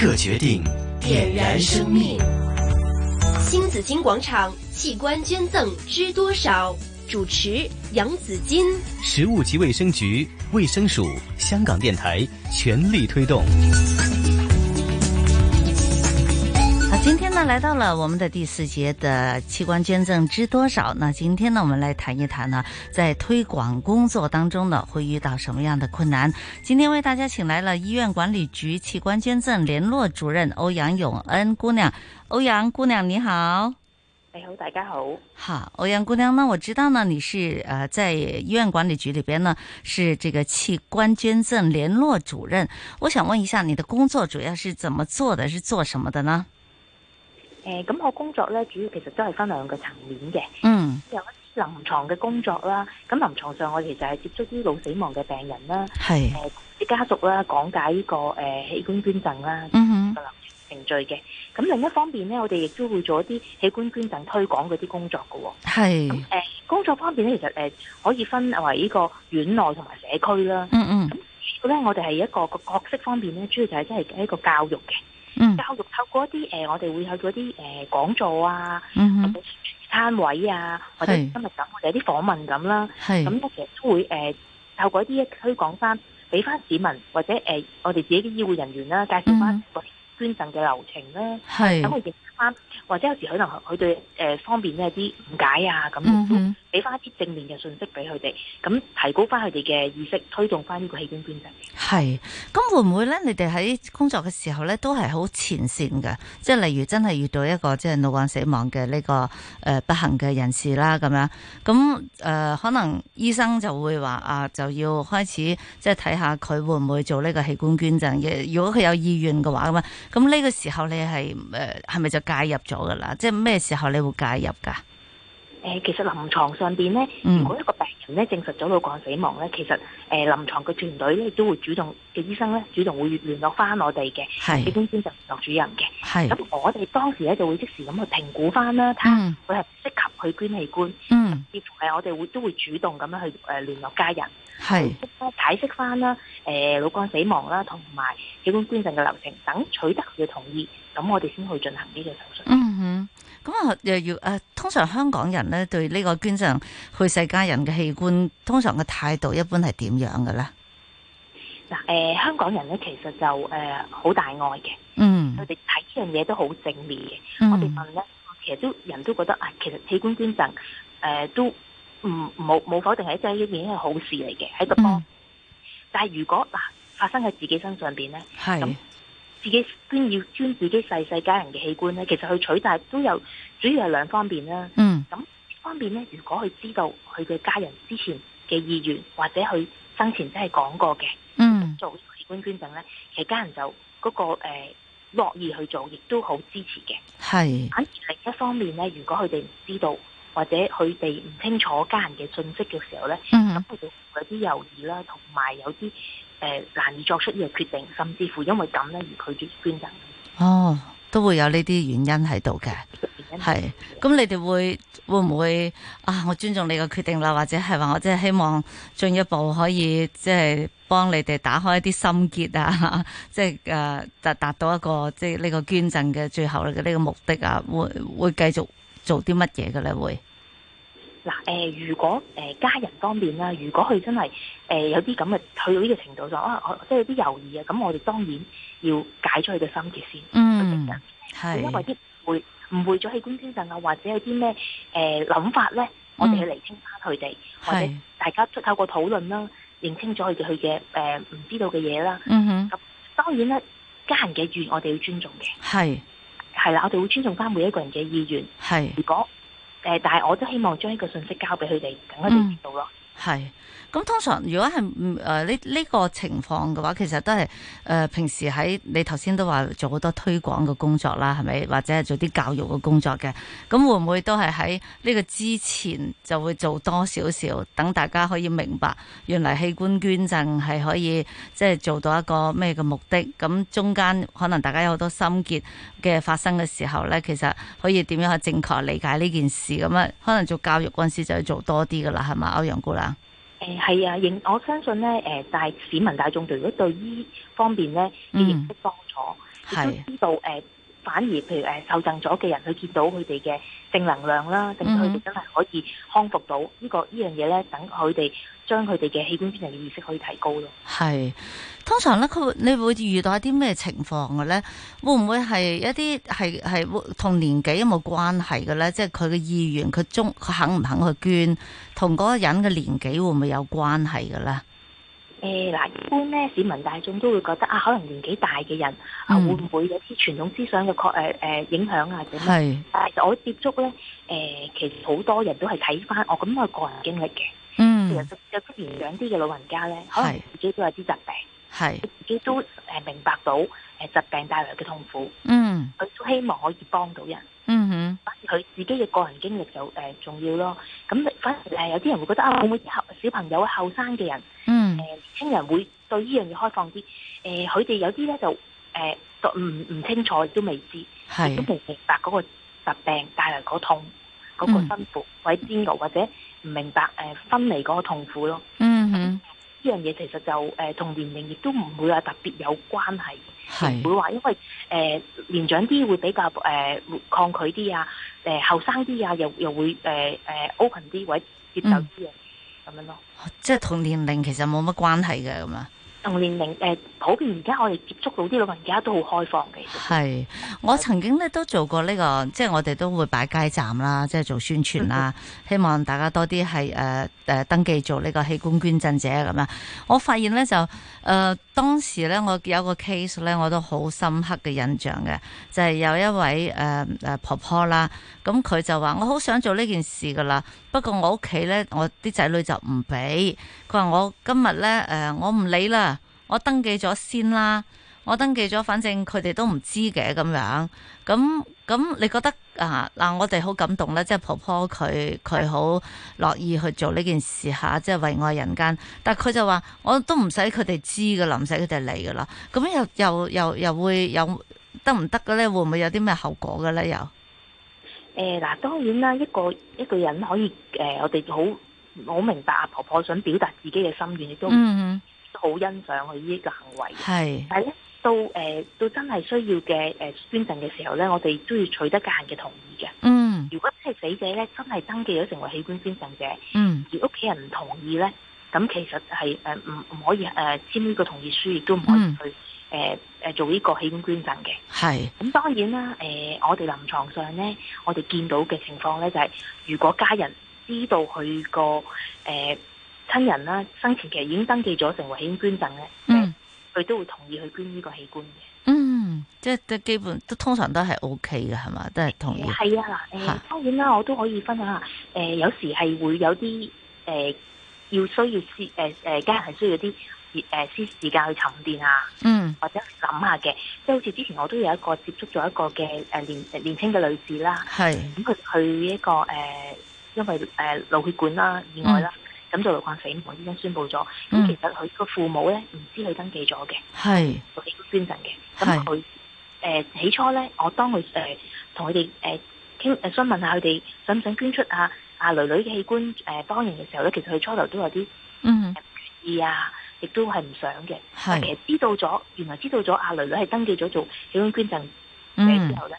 个决定，点燃生命。新紫金广场器官捐赠知多少？主持杨紫金。食物及卫生局、卫生署、香港电台全力推动。好，今天呢，来到了我们的第四节的器官捐赠知多少？那今天呢，我们来谈一谈呢，在推广工作当中呢，会遇到什么样的困难？今天为大家请来了医院管理局器官捐赠联络主任欧阳永恩姑娘。欧阳姑娘，你好。你好，大家好。好，欧阳姑娘呢，我知道呢，你是呃在医院管理局里边呢是这个器官捐赠联络主任。我想问一下，你的工作主要是怎么做的？是做什么的呢？誒，咁我工作咧，主要其實都係分兩個層面嘅，嗯，有一啲臨床嘅工作啦。咁臨床上，我其實係接觸啲腦死亡嘅病人啦，系，誒啲家屬啦，講解呢個誒器官捐贈啦嗯哼，個流程序嘅。咁另一方面咧，我哋亦都會做一啲器官捐贈推廣嗰啲工作嘅喎。系，咁誒工作方面咧，其實誒可以分為呢個院內同埋社區啦。嗯嗯咁咧，我哋係一個個角色方面咧，主要就係即係一個教育嘅嗯教育，透過一啲誒我哋會去嗰啲誒講座啊。嗯哼，攤位啊，或者係今日咁，或者啲訪問咁啦，系咁，咧其實都會誒、呃透過一啲推廣翻，俾翻市民或者誒、呃我哋自己嘅醫護人員啦，介紹翻嗯個捐贈嘅流程啦，系等，佢認識翻，或者有時可能佢對誒、呃方面呢有啲誤解啊，咁嗯都哼。俾翻一啲正面嘅信息俾佢哋，咁提高翻佢哋嘅意識，推動翻呢個器官捐贈。係，咁會唔會咧？你哋喺工作嘅時候咧，都係好前線嘅，即係例如真係遇到一個即係腦幹死亡嘅呢、個誒、呃不幸嘅人士啦，咁樣咁誒、呃可能醫生就會話啊，就要開始即係睇下佢會唔會做呢個器官捐贈。如果佢有意願嘅話咁啊，咁呢個時候你係誒係咪就介入咗噶啦？即係咩時候你會介入㗎？誒、呃其實臨床上邊咧，嗯如果一個病人咧證實咗腦幹死亡咧，其實誒、呃、臨床嘅團隊咧亦都會主動嘅醫生咧主動會聯絡翻我哋嘅器係官捐贈聯絡主任嘅。係，咁我哋當時咧就會即時咁去評估翻啦，睇下嗯佢係唔適合去捐器官，嗯似乎誒我哋會都會主動咁樣去誒、呃、聯絡家人，係解釋翻啦誒腦幹死亡啦，同埋器官捐贈嘅流程等，取得佢嘅同意，咁我哋先去進行呢個手術。嗯哼，咁啊又要誒，通常香港人咧對呢個捐贈去世家人嘅器官，通常嘅態度一般係點樣嘅咧？嗱誒、呃香港人咧其實就誒好、大愛嘅。嗯佢哋睇呢樣嘢都好正面嘅。我哋嗯問咧，其實都人都覺得啊，其實器官捐贈誒、呃都唔冇冇否定係即係一件係好事嚟嘅，係一個幫。嗯，但係如果嗱、發生喺自己身上邊咧，係咁自己捐要捐自己逝世家人嘅器官咧，其實去取代都有主要係兩方面啦。嗯一方面咧，如果佢知道佢嘅家人之前嘅意願，或者佢生前真係講過嘅嗯做器官捐贈咧，其實家人就嗰、個誒、呃、樂意去做，亦都好支持嘅。係反而另一方面咧，如果佢哋唔知道或者佢哋唔清楚家人嘅信息嘅時候咧，咁嗯佢哋會有啲猶豫啦，同埋有啲誒、呃、難以作出呢個決定，甚至乎因為咁咧而拒絕捐贈哦，都會有呢啲原因喺度嘅，嘅原因。係。咁你哋會會唔會啊？我尊重你嘅決定啦，或者係話我即係希望進一步可以即係幫你哋打開一啲心結啊， 即係誒達達到一個即係呢個捐贈嘅最後嘅呢個目的啊，會會繼續做啲乜嘢嘅咧？會嗱誒、呃如果誒、呃家人方面啦，如果佢真係誒、呃有啲咁嘅去到呢個程度上啊，我即係有啲猶豫啊，咁我哋當然要解咗佢嘅心結先。嗯因為係啲會誤會咗器官捐贈啊，或者有啲咩誒諗法咧，我嗯哋去釐清翻佢哋，或者係大家透過討論啦，認清咗佢哋佢嘅誒唔知道嘅嘢啦。嗯哼當然咧，家人嘅意願我哋要尊重嘅，係係啦，我哋會尊重翻每一個人嘅意願。係。如果誒、呃但係我都希望將呢個信息交俾佢哋，等佢哋知道咯。係，咁通常如果係誒呢呢個情況嘅話，其實都係誒、呃平時喺你頭先都話做好多推廣嘅工作啦，係咪？或者係做啲教育嘅工作嘅，咁會唔會都係喺呢個之前就會做多少少，等大家可以明白原來器官捐贈係可以即係做到一個咩嘅目的？咁中間可能大家有好多心結嘅發生嘅時候咧，其實可以點樣去正確理解呢件事咁啊？可能做教育嗰陣時就要做多啲噶啦，係嘛，歐陽姑娘？誒係啊，認呃我相信咧誒，大市民大眾如果對呢方面咧嘅嗯認識多咗，亦都係知道誒、呃反而譬如誒、呃受贈咗嘅人，佢見到佢哋嘅正能量啦，令到佢嗯哋真係可以康復到、呢個呢樣嘢咧，等佢哋將佢哋嘅器官捐贈嘅意識可以提高咯。係，通常咧，佢會你會遇到一啲咩情況嘅咧？會唔會係一啲係係會同年紀有冇關係嘅咧？即係佢嘅意願，佢中佢肯唔肯去捐，同嗰個人嘅年紀會唔會有關係嘅咧？誒嗱，一般咧市民大眾都會覺得啊，可能年紀大嘅人啊，嗯會唔會有啲傳統思想嘅確誒誒影響啊？咁樣係，但係我接觸咧，誒、其實好多人都係睇翻我咁我個人經歷嘅，其嗯，實有啲年長啲嘅老人家咧，可能係自己都有啲疾病，係，自己都誒明白到誒疾病帶來嘅痛苦，嗯，佢都希望可以幫到人。嗯哼，反而佢自己嘅個人經歷就誒、重要咯。咁反而誒有啲人會覺得啊，會唔會啲後小朋友啊後生嘅人？誒嗯，年青人會對呢樣嘢開放啲。誒、佢哋有啲咧就誒就唔唔清楚，亦都未知，亦係，都唔明白嗰個疾病帶來嗰痛、嗰、個辛苦，或者煎熬，或者唔明白誒、分離嗰個痛苦咯。嗯哼，呢樣嘢其實就誒同、年齡亦都唔會話特別有關係，唔係，會話因為誒、呃年長啲會比較誒、呃抗拒啲啊，誒後生啲啊又又會誒誒、open 呃啲或者接受啲嘢咁樣咯。即係同年齡其實冇乜關係嘅咁啊。同年齡誒、呃普遍而家我哋接觸到啲老人家都好開放嘅，係，我曾經咧都做過呢、個，即係我哋都會擺街站啦，即係做宣傳啦，希望大家多啲係誒誒登記做呢個器官捐贈者咁樣。我發現咧就誒、呃、當時咧，我有個 case 咧，我都好深刻嘅印象嘅，就係、有一位誒誒、呃婆婆啦，咁佢就話我好想做呢件事噶啦，不過我屋企咧我啲仔女就唔俾，佢話我今日咧誒我唔理啦，我登記咗先啦。我登記咗，反正佢哋都唔知嘅咁樣。咁咁，你覺得啊嗱，我哋好感動啦，即係婆婆佢佢好樂意去做呢件事嚇，即係為愛人間。但係佢就話我都唔使佢哋知噶啦，唔使佢哋嚟噶啦。咁又又又又會有得唔得嘅咧？會唔會有啲咩後果嘅咧？又呃誒嗱、當然啦，一個一個人可以誒、呃我哋好好明白阿婆婆想表達自己嘅心願，亦都嗯好欣賞佢呢個行為嗯。係但係咧，到誒、呃到真係需要嘅誒、呃捐贈嘅時候咧，我哋都要取得家人嘅同意嘅。嗯如果即係死者咧真係登記咗成為器官捐贈者，嗯而屋企人唔同意咧，咁其實係誒唔唔可以誒簽呢個同意書，亦都唔可以嗯去誒誒、呃做呢個器官捐贈嘅。係咁當然啦，誒、我哋臨床上咧，我哋見到嘅情況咧就係、如果家人知道佢個誒親人啦，生前其實已經登記咗成為器官捐贈咧，嗯佢都會同意去捐呢個器官嘅。嗯，即係都基本都通常都係 O K 嘅係嘛，都係同意係啊，嗱、嚇誒當然啦，我都可以分享下，誒、有時係會有啲誒、要需要思誒誒家人係需要啲誒私時間去沉澱啊。嗯或者諗下嘅，即係好似之前我都有一個接觸咗一個嘅誒年誒年青嘅女子啦，係咁佢去一個誒、呃因為誒、呃腦血管啦意外啦，咁、就罹患死亡，醫生宣布咗。咁、嗯其實佢個父母咧唔知佢登記咗嘅，係做器官捐贈嘅。係咁佢誒起初咧，我當佢誒同佢哋誒傾誒詢問下佢哋想唔想捐出啊啊女女嘅器官誒幫人嘅時候咧，其實佢初頭都有啲嗯意啊，亦都係唔想嘅。但係其實知道咗，原來知道咗阿女女係登記咗做器官捐贈者嗯之。後咧，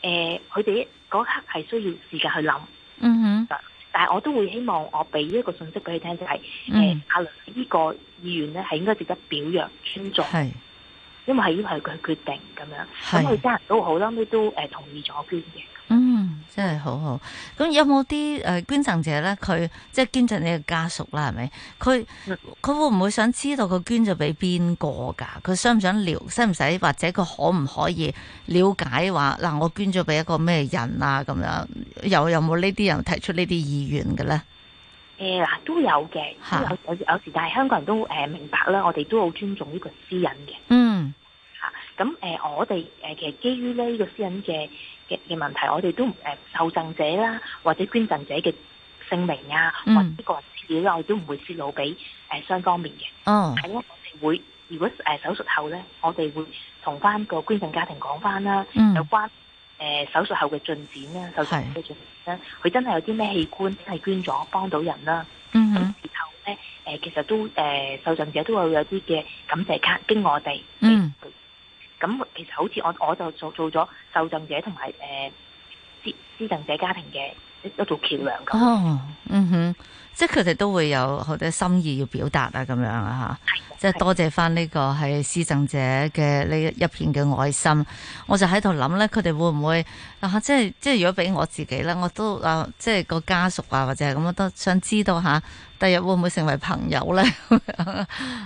誒呃佢哋嗰刻係需要時間去諗，嗯哼，但係我都會希望我俾一個信息俾佢聽，就係、誒嗯，阿倫呢個意願咧係應該值得表揚尊重，係因為係因為佢決定咁樣，咁佢係，家人都好啦，咩都誒同意咗捐嘅。嗯，真係好好。咁有冇啲誒捐贈者咧？佢即係捐贈你嘅家屬啦，係咪？佢嗯佢會唔會想知道佢捐咗俾邊個㗎？佢想唔想了？使唔使或者佢可唔可以了解話嗱？我捐咗俾一個咩人啊？咁樣有有冇呢啲人提出呢啲意願嘅咧？誒呃嗱都有嘅，都嚇有有有時，但係香港人都誒明白啦，我哋都好尊重呢個私隱嘅。嗯咁誒、呃我哋誒、呃其實基於呢個私隱嘅嘅嘅問題，我哋都誒、呃受贈者啦，或者捐贈者嘅姓名啊，嗯或者個人資料啦，我哋都唔會泄露俾誒、呃雙方面嘅。哦，係咧，我哋會如果誒、呃手術後咧，我哋會同翻個捐贈家庭講翻啦，嗯哦有關誒、呃手術後嘅進展啦，手術後嘅進展啦，佢真係有啲咩器官真係捐咗幫到人啦。嗯咁哼事後咧，誒、其實都誒、受贈者都會有啲嘅感謝卡經我哋，嗯咁其實好似我我就做做咗受贈者同埋誒施施贈者家庭嘅一一做橋梁咁。哦，嗯哼，即係佢哋都會有好多心意要表達啊，咁樣啊係吓，即係多謝翻呢個係施政者嘅呢一片嘅愛心。我就喺度諗咧，佢哋會唔會啊？即係即係如果俾我自己咧，我都啊，即係個家屬啊，或者係咁，我都想知道下，第日會唔會成為朋友 咧？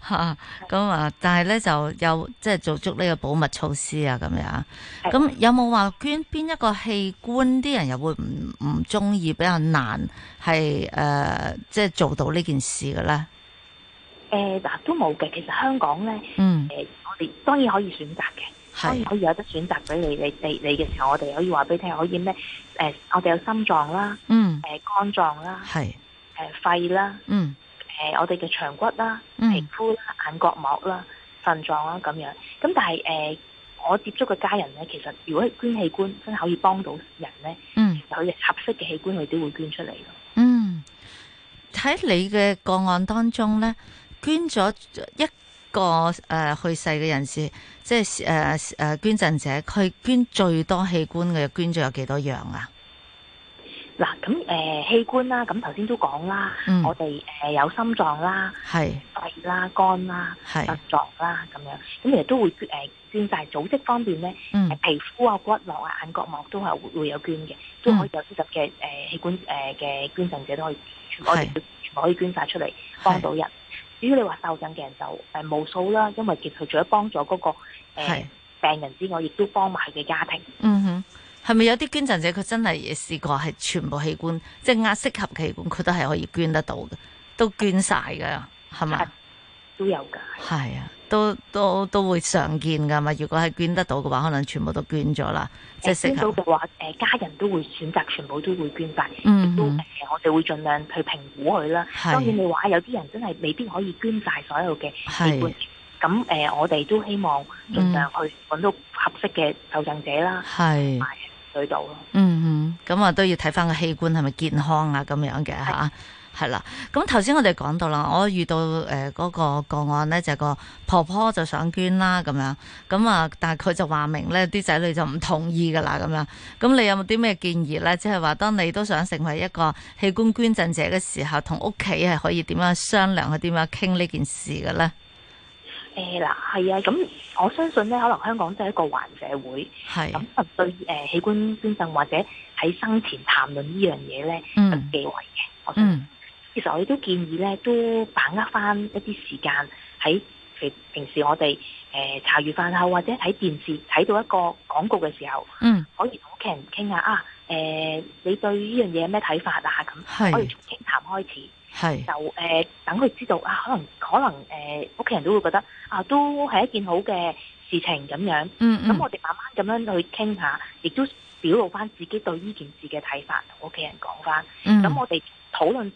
吓咁啊！但係咧就有即係做足呢個保密措施啊，咁樣。係咁有冇話捐邊一個器官啲人又會唔唔中意，比較難係誒、呃即係做到呢件事嘅咧？誒嗱、都冇嘅，其實香港咧嗯誒、，我哋當然可以選擇嘅。當然係，可以有得選擇俾你，你你你嘅時候，我哋可以話俾你聽，可以咩？誒、我哋有心臟啦，嗯，誒、肝臟啦，係，誒、肺啦，嗯誒、呃我哋嘅腸骨啦、皮嗯膚啦、眼角膜啦、腎臟啦咁樣。咁但係誒、呃我接觸嘅家人咧，其實如果捐器官真係可以幫到人咧，嗯佢哋合適嘅器官佢都會捐出嚟咯。嗯，喺你嘅個案當中咧，捐咗一個誒、呃去世嘅人士，即係誒誒捐贈者，佢捐最多器官嘅，捐咗有幾多樣啊？嗱，咁誒、器官啦，咁頭先都講啦，嗯，我哋誒、呃有心臟啦、係肺啦、肝啦、係腎，臟啦咁樣，咁其實都會捐誒捐晒組織方面咧。嗯誒皮膚啊、骨骼啊、眼角膜都係會會有捐嘅，都可以有啲特嘅誒器官誒嘅捐贈者都可以，全部我哋係全部可以捐晒出嚟幫到人。至於你話受贈嘅人就誒無數啦，因為其實佢除咗幫咗嗰個係誒。病人之外，亦都幫埋佢嘅家庭。嗯哼，係咪有啲捐贈者佢真係試過係全部器官，即係壓適合器官，佢都係可以捐得到嘅，都捐晒㗎，係嘛係？都有㗎，係啊，都都都會常見㗎嘛。如果係捐得到嘅話，可能全部都捐咗啦，即係誒捐適到合。嘅話，誒家人都會選擇全部都會捐晒，嗯亦都哼誒我哋會盡量去評估佢啦。係當然你話有啲人真係未必可以捐晒所有嘅器係嗯官。咁誒、呃我哋都希望盡量去揾到合適嘅受贈者啦，係。對到咯。嗯哼，咁啊都要睇翻個器官係咪健康啊咁樣嘅吓，係啦。咁頭先我哋講到啦，我遇到誒嗰個個案咧，就係個婆婆就想捐啦咁樣，咁啊但係佢就話明咧，啲仔女就唔同意噶啦咁樣。咁你有冇啲咩建議咧？即係話當你都想成為一個器官捐贈者嘅時候，同屋企係可以點樣商量去點樣傾呢件事嘅咧？誒嗱，係啊，咁我相信咧，可能香港真係一個環社會，咁係，可能對誒器官捐贈或者喺生前談論呢樣嘢咧，都嗯忌諱嘅。我相信嗯其實我哋都建議咧，都把握翻一啲時間喺平平時我哋誒、呃茶餘飯後或者睇電視睇到一個廣告嘅時候，嗯，可以同屋企人傾下啊，誒、你對呢樣嘢有咩睇法啊？咁係可以從傾談開始。係就誒、呃等佢知道啊，可能可能誒屋企人都會覺得啊，都係一件好嘅事情咁樣。咁、嗯嗯我哋慢慢咁樣去傾下，亦都表露翻自己對呢件事嘅睇法，同屋企人講翻。嗯咁、我哋討論，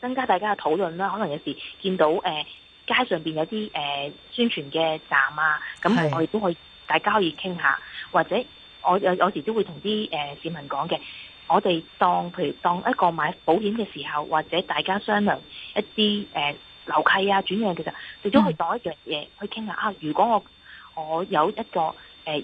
增加大家嘅討論啦。可能有時見到誒、呃街上邊有啲誒、呃宣傳嘅站啊，咁係我哋都可以大家可以傾下，或者我有有時都會同啲呃誒市民講嘅。我哋當譬如當一個買保險嘅時候，或者大家商量一啲誒、呃、樓契啊、轉讓嘅時候，亦都嗯去當一樣嘢去傾下啊。如果我我有一個誒誒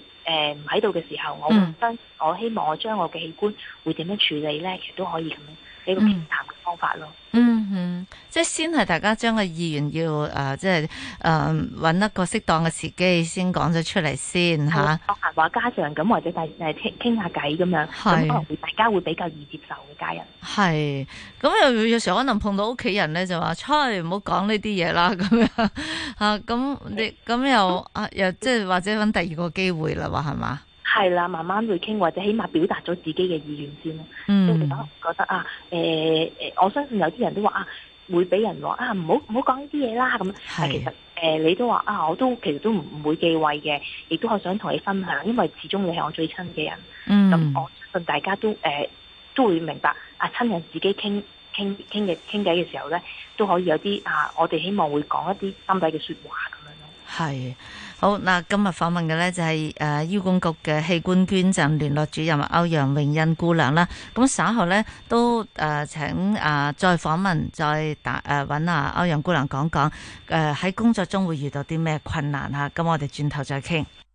唔喺度嘅時候，我嗯會將我希望我將我嘅器官會點樣處理咧，其實都可以咁樣俾個傾談嘅方法咯。嗯哼，即係先係大家將個意願要誒、呃即係誒揾一個適當嘅時機先講咗出嚟先吓。當閒話家常咁，或者大誒傾傾下偈咁樣，咁係可能會大家會比較易接受嘅家人。係，咁又有時候可能碰到屋企人咧就話，吹唔好講呢啲嘢啦，咁樣啊，咁你咁又啊又即係或者揾第二個機會啦，話係嘛？係啦，慢慢會傾，或者起碼表達咗自己嘅意願先咯。即係嗯可，能覺得啊，誒、誒，我相信有啲人都話啊，會俾人話啊，唔好唔好講呢啲嘢啦咁。但其實係誒、你都話啊，我都其實都唔唔會忌諱嘅，亦都係想同你分享，因為始終你係我最親嘅人。咁、嗯我相信大家都誒、都會明白啊，親人自己傾傾傾嘅傾偈嘅時候咧，都可以有啲啊，我哋希望會講一啲心底嘅説話咁樣咯。係好嗱，今日訪問嘅呢就係誒醫管局嘅器官捐贈聯絡主任啊歐陽穎欣姑娘啦。咁稍後呢，都誒、呃、請誒、呃再訪問，再打誒揾啊呃啊歐陽姑娘講講誒喺工作中會遇到啲咩困難嚇。咁我哋轉頭再傾。